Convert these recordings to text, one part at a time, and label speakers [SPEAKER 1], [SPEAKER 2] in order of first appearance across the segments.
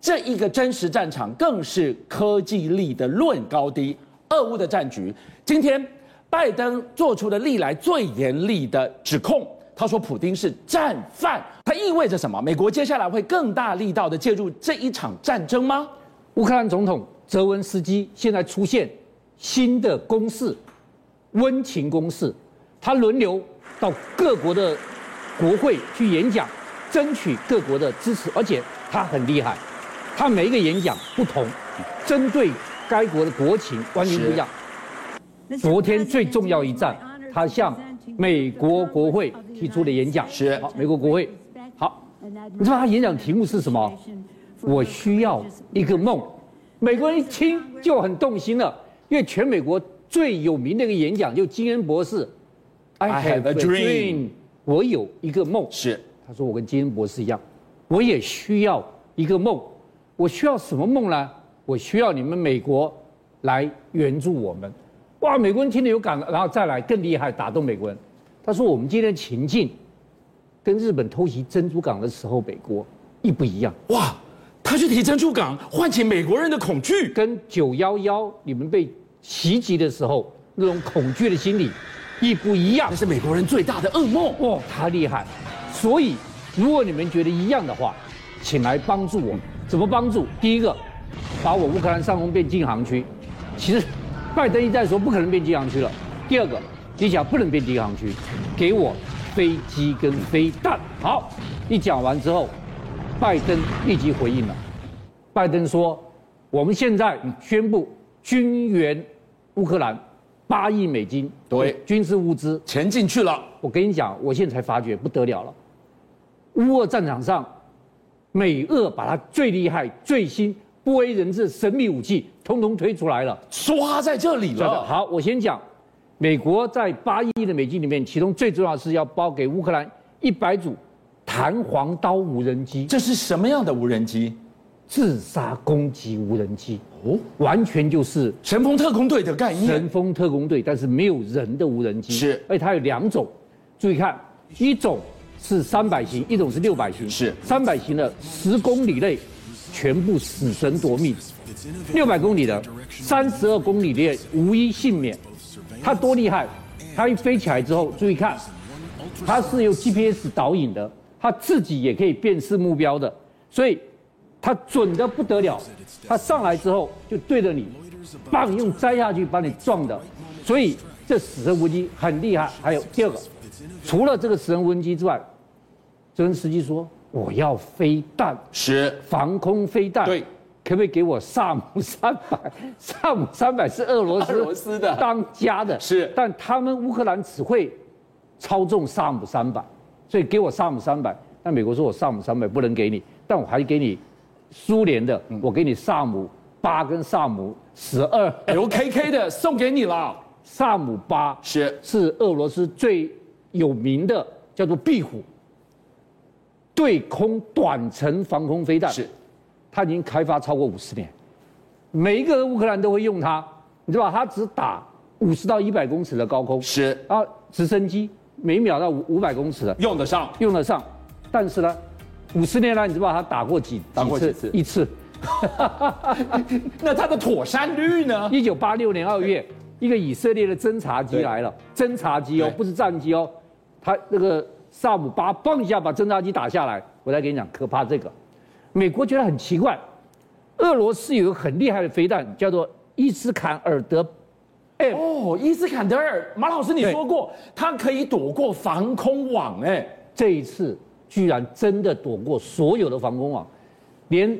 [SPEAKER 1] 这一个真实战场更是科技力的论高低。俄乌的战局，今天拜登做出了历来最严厉的指控，他说普京是战犯，它意味着什么？美国接下来会更大力道的介入这一场战争吗？
[SPEAKER 2] 乌克兰总统泽文斯基现在出现新的攻势，温情攻势，他轮流到各国的国会去演讲，争取各国的支持，而且他很厉害，他每一个演讲不同，针对该国的国情完全不一样。昨
[SPEAKER 3] 昨
[SPEAKER 2] 天
[SPEAKER 3] 天
[SPEAKER 2] 最
[SPEAKER 3] 最
[SPEAKER 2] 重
[SPEAKER 3] 重
[SPEAKER 2] 要
[SPEAKER 3] 要
[SPEAKER 2] 一
[SPEAKER 3] 一
[SPEAKER 2] 战
[SPEAKER 3] 战，，
[SPEAKER 2] 他
[SPEAKER 3] 他
[SPEAKER 2] 向
[SPEAKER 3] 向
[SPEAKER 2] 美
[SPEAKER 3] 美
[SPEAKER 2] 国
[SPEAKER 3] 国
[SPEAKER 2] 国
[SPEAKER 3] 国
[SPEAKER 2] 会
[SPEAKER 3] 会
[SPEAKER 2] 提
[SPEAKER 3] 提
[SPEAKER 2] 出
[SPEAKER 3] 出
[SPEAKER 2] 的
[SPEAKER 3] 的
[SPEAKER 2] 演
[SPEAKER 3] 演
[SPEAKER 2] 讲
[SPEAKER 3] 讲。
[SPEAKER 1] 是
[SPEAKER 3] 好，美国国会。好，
[SPEAKER 2] 你
[SPEAKER 3] 你
[SPEAKER 2] 知
[SPEAKER 3] 知
[SPEAKER 2] 道
[SPEAKER 3] 道
[SPEAKER 2] 他
[SPEAKER 3] 他
[SPEAKER 2] 演
[SPEAKER 3] 演
[SPEAKER 2] 讲
[SPEAKER 3] 讲
[SPEAKER 2] 的题
[SPEAKER 3] 题
[SPEAKER 2] 目
[SPEAKER 3] 目
[SPEAKER 2] 是
[SPEAKER 3] 是
[SPEAKER 2] 什
[SPEAKER 3] 什
[SPEAKER 2] 么
[SPEAKER 3] 么？
[SPEAKER 2] 我
[SPEAKER 3] 我
[SPEAKER 2] 需
[SPEAKER 3] 需
[SPEAKER 2] 要
[SPEAKER 3] 要
[SPEAKER 2] 一
[SPEAKER 3] 一
[SPEAKER 2] 个
[SPEAKER 3] 个
[SPEAKER 2] 梦
[SPEAKER 3] 梦。。
[SPEAKER 2] 美国人一听就很动心了，因为全美国最有名的一个演讲就金恩博士
[SPEAKER 1] I have a dream
[SPEAKER 2] 我有一个梦。
[SPEAKER 1] 是
[SPEAKER 2] 他说我跟金恩博士一样，我也需要一个梦。我需要什么梦呢？我需要你们美国来援助我们。哇，美国人听了有感了，然后再来更厉害，打动美国人。他说我们今天的情境跟日本偷袭珍珠港的时候，美国一不一样。
[SPEAKER 1] 哇，他去提珍珠港，唤起美国人的恐惧。
[SPEAKER 2] 跟九幺幺你们被袭击的时候那种恐惧的心理一不一样
[SPEAKER 1] 那。是美国人最大的噩梦。
[SPEAKER 2] 哦，他厉害。所以，如果你们觉得一样的话，请来帮助我。怎么帮助？第一个，把我乌克兰上空变禁航区。其实，拜登一再说不可能变禁航区了。第二个，你讲不能变禁航区，给我飞机跟飞弹。好，你讲完之后，拜登立即回应了。拜登说：“我们现在宣布军援乌克兰八亿美金，
[SPEAKER 1] 对
[SPEAKER 2] 军事物资。”
[SPEAKER 1] 钱进去了，
[SPEAKER 2] 我跟你讲，我现在才发觉不得了了。乌俄战场上，美俄把它最厉害、最新、不为人知的神秘武器，通通推出来了。
[SPEAKER 1] 刷在这里
[SPEAKER 2] 真的
[SPEAKER 1] 了。
[SPEAKER 2] 好，我先讲，美国在八亿的美金里面，其中最重要的是要包给乌克兰一百组弹簧刀无人机，
[SPEAKER 1] 这是什么样的无人机？
[SPEAKER 2] 自杀攻击无人机，
[SPEAKER 1] 哦，
[SPEAKER 2] 完全就是
[SPEAKER 1] 神风特工队的概念
[SPEAKER 2] 神。风特工队，但是没有人的无人机。
[SPEAKER 1] 是
[SPEAKER 2] 而且它有两种，注意看，一种是三百型，一种是六百型。
[SPEAKER 1] 是
[SPEAKER 2] 三百型的十公里内全部死神夺命，六百公里的三十二公里内无一幸免。它多厉害！它一飞起来之后，注意看，它是有 GPS 导引的，它自己也可以辨识目标的，所以它准的不得了。它上来之后就对着你，棒用摘下去把你撞的，所以这死神无人机很厉害。还有第二个，除了这个死神无人机之外，泽连斯基说我要飞弹，
[SPEAKER 1] 是
[SPEAKER 2] 防空飞弹。
[SPEAKER 1] 对。
[SPEAKER 2] 可不可以给我萨姆三百？ 萨姆三百是俄罗斯
[SPEAKER 1] 俄罗斯的
[SPEAKER 2] 当家的，
[SPEAKER 1] 是
[SPEAKER 2] 但他们乌克兰只会操纵萨姆三百，所以给我萨姆三百。那美国说我萨姆三百不能给你，但我还给你苏联的，
[SPEAKER 1] 嗯
[SPEAKER 2] 我给你萨姆八跟萨姆十二，
[SPEAKER 1] 哎 LKK 的送给你了。
[SPEAKER 2] 萨姆八
[SPEAKER 1] 是
[SPEAKER 2] 是俄罗斯最有名的，叫做壁虎，对空短程防空飞弹。
[SPEAKER 1] 是，
[SPEAKER 2] 它已经开发超过五十年，每一个乌克兰都会用它，你知道吧？它只打五十到一百公尺的高空，
[SPEAKER 1] 是
[SPEAKER 2] 啊，直升机每秒到五五百公尺的
[SPEAKER 1] 用得上。
[SPEAKER 2] 用得上，但是呢，五十年来你知道它打过几
[SPEAKER 1] 打过几次
[SPEAKER 2] 次？一次。
[SPEAKER 1] 那它的妥善率呢？
[SPEAKER 2] 一九八六年二月，一个以色列的侦察机
[SPEAKER 1] 对
[SPEAKER 2] 来了，侦察机哦
[SPEAKER 1] 对，
[SPEAKER 2] 不是战机哦，他那个萨姆巴嘣一下把侦察机打下来。我再给你讲，可怕这个，美国觉得很奇怪，俄罗斯有一个很厉害的飞弹，叫做伊斯坎尔德 M，
[SPEAKER 1] 哦，伊斯坎德尔，马老师你
[SPEAKER 2] 对
[SPEAKER 1] 说过，它可以躲过防空网，哎，
[SPEAKER 2] 这一次居然真的躲过所有的防空网，连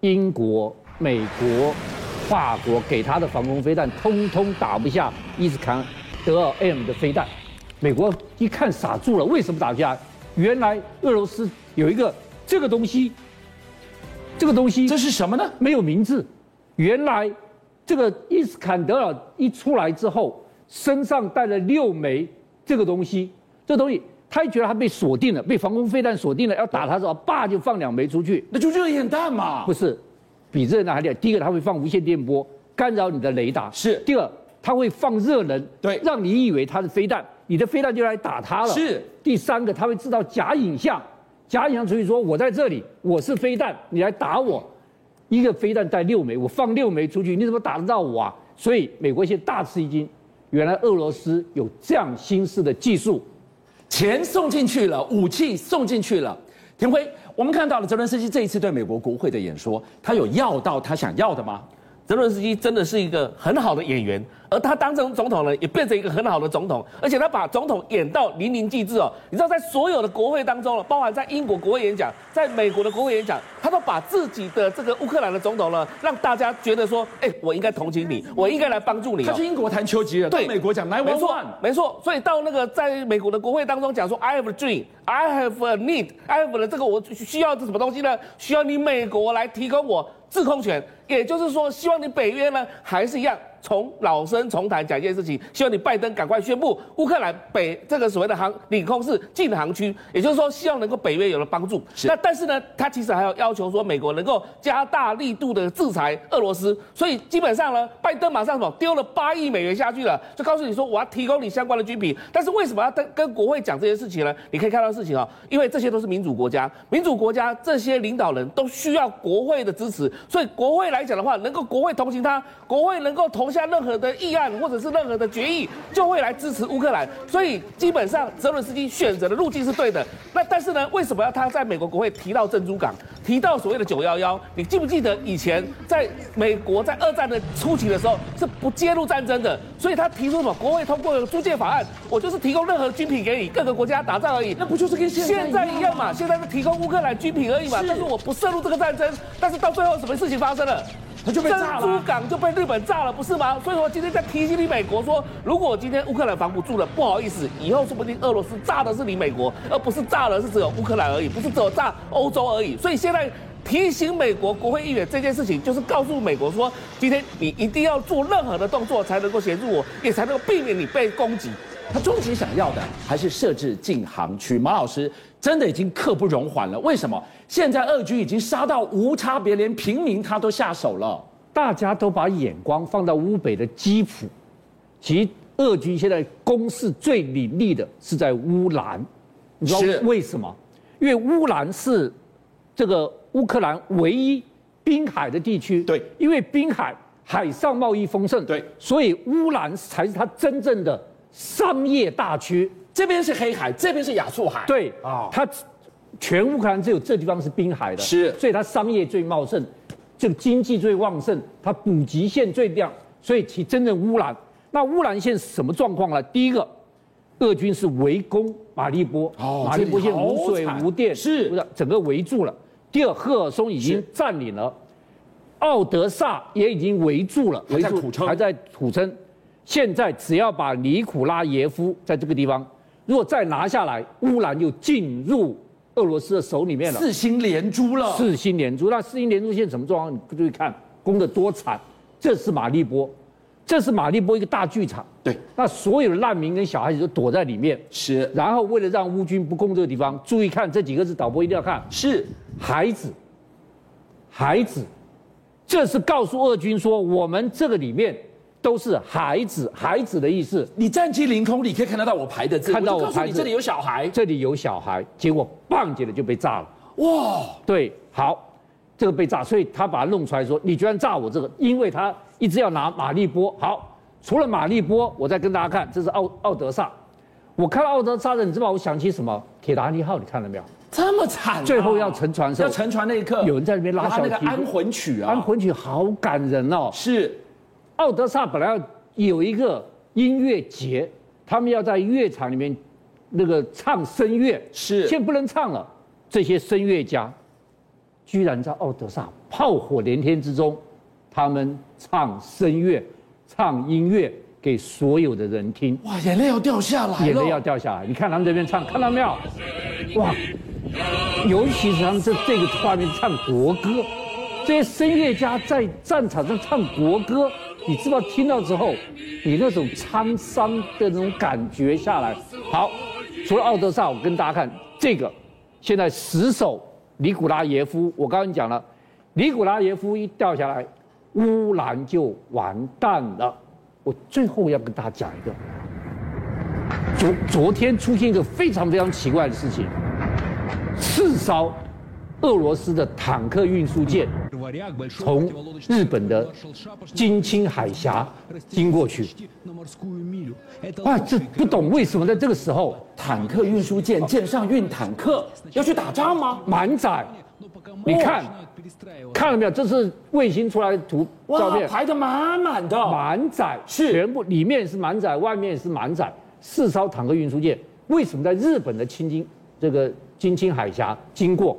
[SPEAKER 2] 英国、美国、法国给他的防空飞弹，通通打不下伊斯坎德尔 M 的飞弹。美国一看傻住了，为什么打不下？原来俄罗斯有一个这个东西，这个东西
[SPEAKER 1] 这是什么呢？
[SPEAKER 2] 没有名字。原来这个伊斯坎德尔一出来之后，身上带了六枚这个东西，这东西他一觉得他被锁定了，被防空飞弹锁定了，要打他的时候，叭就放两枚出去。
[SPEAKER 1] 那就热焰弹嘛
[SPEAKER 2] 不。是，比热能还厉害。第一个，它会放无线电波干扰你的雷达；
[SPEAKER 1] 是
[SPEAKER 2] 第二，它会放热能，
[SPEAKER 1] 对
[SPEAKER 2] 让你以为它是飞弹，你的飞弹就来打它了。
[SPEAKER 1] 是。
[SPEAKER 2] 第三个，它会制造假影像，假影像出去说我在这里，我是飞弹，你来打我。一个飞弹带六枚，我放六枚出去，你怎么打得到我啊？所以美国现在大吃一惊，原来俄罗斯有这样新式的技术。
[SPEAKER 1] 钱送进去了，武器送进去了。田辉，我们看到了泽伦斯基这一次对美国国会的演说，他有要到他想要的吗？
[SPEAKER 3] 泽伦斯基真的是一个很好的演员，而他当成总统呢，也变成一个很好的总统，而且他把总统演到淋漓尽致哦。你知道，在所有的国会当中，包含在英国国会演讲，在美国的国会演讲，他都把自己的这个乌克兰的总统呢，让大家觉得说，哎，我应该同情你，我应该来帮助你、哦。
[SPEAKER 1] 他去英国谈丘吉尔，
[SPEAKER 3] 对
[SPEAKER 1] 到美国讲来
[SPEAKER 3] 没
[SPEAKER 1] one
[SPEAKER 3] 错
[SPEAKER 1] one，，
[SPEAKER 3] 没错。所以到那个在美国的国会当中讲说，I have a dream, I have a need, I have 的这个我需要什么东西呢？需要你美国来提供我制空权，也就是说，希望你北约呢还是一样。从老生重谈讲一件事情，希望你拜登赶快宣布乌克兰北这个所谓的航领空是禁航区，也就是说希望能够北约有了帮助。
[SPEAKER 1] 是
[SPEAKER 3] 那但是呢，他其实还有要求说美国能够加大力度的制裁俄罗斯，所以基本上呢，拜登马上什么丢了八亿美元下去了，就告诉你说我要提供你相关的军品。但是为什么要跟跟国会讲这些事情呢？你可以看到事情啊、哦， 因为这些都是民主国家，民主国家这些领导人都需要国会的支持，所以国会来讲的话，能够国会同情他，国会能够投下任何的议案或者是任何的决议，就会来支持乌克兰。所以基本上泽伦斯基选择的路径是对的。那但是呢，为什么要他在美国国会提到珍珠港，提到所谓的九幺幺？你记不记得以前在美国在二战的初期的时候是不介入战争的？所以他提出什么？国会通过了租借法案，我就是提供任何军品给你，各个国家打仗而已。
[SPEAKER 1] 那不就是跟现在
[SPEAKER 3] 现在一样嘛？现在是提供乌克兰军品而已嘛。
[SPEAKER 1] 是
[SPEAKER 3] 但是我不涉入这个战争，但是到最后什么事情发生了？
[SPEAKER 1] 他就被炸了啊
[SPEAKER 3] 珍珠港就被日本炸了，不是吗？所以说今天在提醒你美国说，如果今天乌克兰防不住了，不好意思，以后说不定俄罗斯炸的是你美国，而不是炸的是只有乌克兰而已，不是只有炸欧洲而已。所以现在。提醒美国国会议员这件事情，就是告诉美国说，今天你一定要做任何的动作，才能够协助我，也才能够避免你被攻击。
[SPEAKER 1] 他终极想要的还是设置禁航区。马老师真的已经刻不容缓了。为什么？现在俄军已经杀到无差别，连平民他都下手了。
[SPEAKER 2] 大家都把眼光放到乌北的基辅，其实俄军现在攻势最凌厉的是在乌兰，你知道
[SPEAKER 1] 是
[SPEAKER 2] 为什么？因为乌兰是这个乌克兰唯一滨海的地区，
[SPEAKER 1] 对
[SPEAKER 2] 因为滨海海上贸易丰盛，
[SPEAKER 1] 对
[SPEAKER 2] 所以乌兰才是它真正的商业大区，
[SPEAKER 1] 这边是黑海，这边是亚速海。
[SPEAKER 2] 对
[SPEAKER 1] 啊
[SPEAKER 2] 它全乌克兰只有这地方是滨海的，
[SPEAKER 1] 是
[SPEAKER 2] 所以它商业最茂盛，这个经济最旺盛，它补给线最亮，所以其真正乌兰，那乌兰现在什么状况呢？第一个，俄军是围攻马利波，
[SPEAKER 1] 哦
[SPEAKER 2] 马利波
[SPEAKER 1] 这
[SPEAKER 2] 现
[SPEAKER 1] 里
[SPEAKER 2] 在
[SPEAKER 1] 好
[SPEAKER 2] 无水
[SPEAKER 1] 惨
[SPEAKER 2] 无电，
[SPEAKER 1] 是
[SPEAKER 2] 无的整个围住了。第二，赫尔松已经
[SPEAKER 1] 是
[SPEAKER 2] 占领了，奥德萨也已经围住了，
[SPEAKER 1] 还
[SPEAKER 2] 围
[SPEAKER 1] 在
[SPEAKER 2] 住
[SPEAKER 1] 苦撑
[SPEAKER 2] 还在苦撑。现在只要把尼古拉耶夫在这个地方，如果再拿下来，乌兰就进入俄罗斯的手里面了。
[SPEAKER 1] 四星连珠了。
[SPEAKER 2] 四星连珠，那四星连珠现在什么状况？你注意看，攻得多惨！这是马利波，这是马利波一个大剧场。
[SPEAKER 1] 对，
[SPEAKER 2] 那所有的难民跟小孩子都躲在里面。
[SPEAKER 1] 是
[SPEAKER 2] 然后为了让乌军不攻这个地方，注意看这几个字，导播一定要看。
[SPEAKER 1] 是，
[SPEAKER 2] 孩子，孩子，这是告诉俄军说，我们这个里面都是孩子，孩子的意思。
[SPEAKER 1] 你战机凌空，你可以看得到我排的字，
[SPEAKER 2] 看到
[SPEAKER 1] 我就
[SPEAKER 2] 我
[SPEAKER 1] 告诉
[SPEAKER 2] 排
[SPEAKER 1] 你
[SPEAKER 2] 字
[SPEAKER 1] 这里有小孩。
[SPEAKER 2] 这里有小孩，结果棒姐的就被炸了。
[SPEAKER 1] 哇，
[SPEAKER 2] 对，好，这个被炸，所以他把它弄出来说，你居然炸我这个，因为他一直要拿马利波。好，除了马利波，我再跟大家看，这是奥奥德萨。我看到奥德萨的，你知道我想起什么？铁达尼号，你看了没有？
[SPEAKER 1] 这么惨啊、
[SPEAKER 2] 最后要沉船的时候
[SPEAKER 1] 要沉船那一刻，
[SPEAKER 2] 有人在那边拉
[SPEAKER 1] 拉
[SPEAKER 2] 小
[SPEAKER 1] 那
[SPEAKER 2] 提
[SPEAKER 1] 个
[SPEAKER 2] 琴
[SPEAKER 1] 安魂曲啊，
[SPEAKER 2] 安魂曲好感人哦。
[SPEAKER 1] 是
[SPEAKER 2] 奥德萨本来要有一个音乐节，他们要在乐场里面那个唱声乐，
[SPEAKER 1] 是
[SPEAKER 2] 现在不能唱了。这些声乐家居然在奥德萨炮火连天之中，他们唱声乐、唱音乐给所有的人听，
[SPEAKER 1] 哇，眼泪要掉下来了，
[SPEAKER 2] 眼泪要掉下来。你看他们这边唱，看到没有？哇！尤其是他们这这个画面唱国歌，这些声乐家在战场上唱国歌，你知不知道听到之后，你那种沧桑的那种感觉下来。好，除了奥德萨，我跟大家看这个，现在十手尼古拉耶夫，我刚刚讲了，尼古拉耶夫一掉下来，乌兰就完蛋了。我最后要跟大家讲一个，昨昨天出现一个非常非常奇怪的事情。赤烧，俄罗斯的坦克运输舰从日本的金青海峡经过去。哇，这不懂为什么在这个时候
[SPEAKER 1] 坦克运输舰舰上运坦克要去打仗吗？
[SPEAKER 2] 满载？你看，看了没有？这是卫星出来的图
[SPEAKER 1] 哦
[SPEAKER 2] 照
[SPEAKER 1] 哇，
[SPEAKER 2] 片，
[SPEAKER 1] 排的满满的，
[SPEAKER 2] 满载，
[SPEAKER 1] 是
[SPEAKER 2] 全部里面是满载，外面也是满载，四艘坦克运输舰。为什么在日本的青金这个金青海峡经过？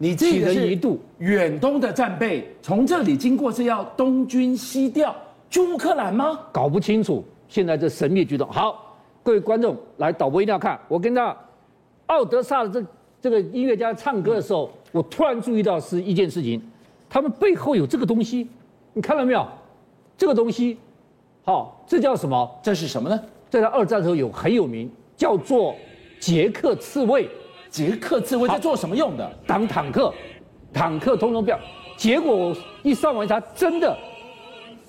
[SPEAKER 1] 你这个
[SPEAKER 2] 起人
[SPEAKER 1] 是
[SPEAKER 2] 一度
[SPEAKER 1] 远东的战备，从这里经过是要东军西调去乌克兰吗？
[SPEAKER 2] 搞不清楚现在这神秘举动。好，各位观众来，导播一定要看。我跟大家，奥德萨的这这个音乐家唱歌的时候，我突然注意到是一件事情，他们背后有这个东西，你看到没有？这个东西，好、这叫什么？
[SPEAKER 1] 这是什么呢？
[SPEAKER 2] 这在二战的时候有很有名，叫做捷克刺猬。
[SPEAKER 1] 捷克自卫在
[SPEAKER 2] 好
[SPEAKER 1] 做什么用的？
[SPEAKER 2] 挡坦克，坦克通通不要。结果我一上网一查，真的，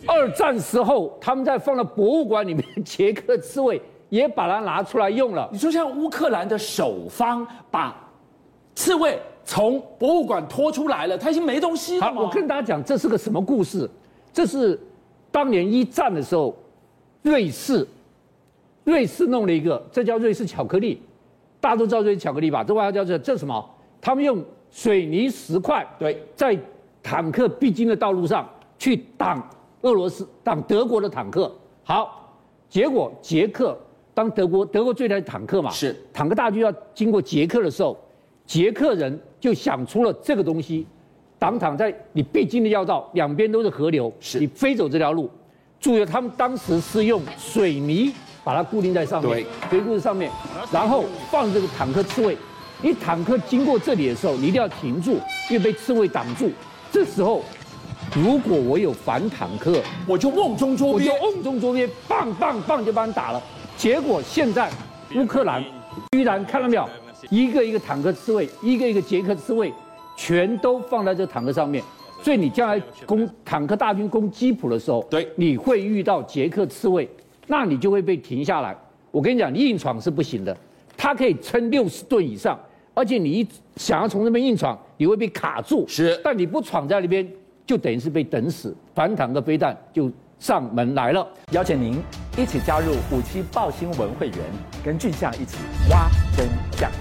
[SPEAKER 2] 二战时候他们在放到博物馆里面， 捷克刺猬也把它拿出来用了。
[SPEAKER 1] 你说像乌克兰的首方把刺猬从博物馆拖出来了，他已经没东西
[SPEAKER 2] 好
[SPEAKER 1] 了，吗？
[SPEAKER 2] 我跟大家讲，这是个什么故事？这是当年一战的时候，瑞士，瑞士弄了一个，这叫瑞士巧克力，大家都知道瑞士巧克力吧？这外号叫这这什么？他们用水泥石块
[SPEAKER 1] 对
[SPEAKER 2] 在坦克必经的道路上去挡俄罗斯、挡德国的坦克。好，结果捷克当德国德国最大的坦克嘛，
[SPEAKER 1] 是
[SPEAKER 2] 坦克大军要经过捷克的时候，捷克人就想出了这个东西，挡坦在你必经的要道，两边都是河流，
[SPEAKER 1] 是
[SPEAKER 2] 你非走这条路。注意，他们当时是用水泥把它固定在上面
[SPEAKER 1] 对，
[SPEAKER 2] 水固在上面，然后放这个坦克刺猬。你坦克经过这里的时候，你一定要停住，因为被刺猬挡住。这时候，如果我有反坦克，
[SPEAKER 1] 我就瓮中捉
[SPEAKER 2] 我就
[SPEAKER 1] 鳖，
[SPEAKER 2] 瓮中捉鳖，棒棒棒就把你打了。结果现在乌克兰居然看到没有，一个一个坦克刺猬，一个一个捷克刺猬，全都放在这坦克上面。所以你将来攻坦克大军攻基辅的时候，
[SPEAKER 1] 对
[SPEAKER 2] 你会遇到捷克刺猬，那你就会被停下来。我跟你讲，你硬闯是不行的，它可以撑六十吨以上，而且你一想要从那边硬闯，你会被卡住。
[SPEAKER 1] 是
[SPEAKER 2] 但你不闯在那边，就等于是被等死。反坦克飞弹就上门来了。
[SPEAKER 4] 邀请您一起加入五七报新闻会员，跟俊相一起挖真相。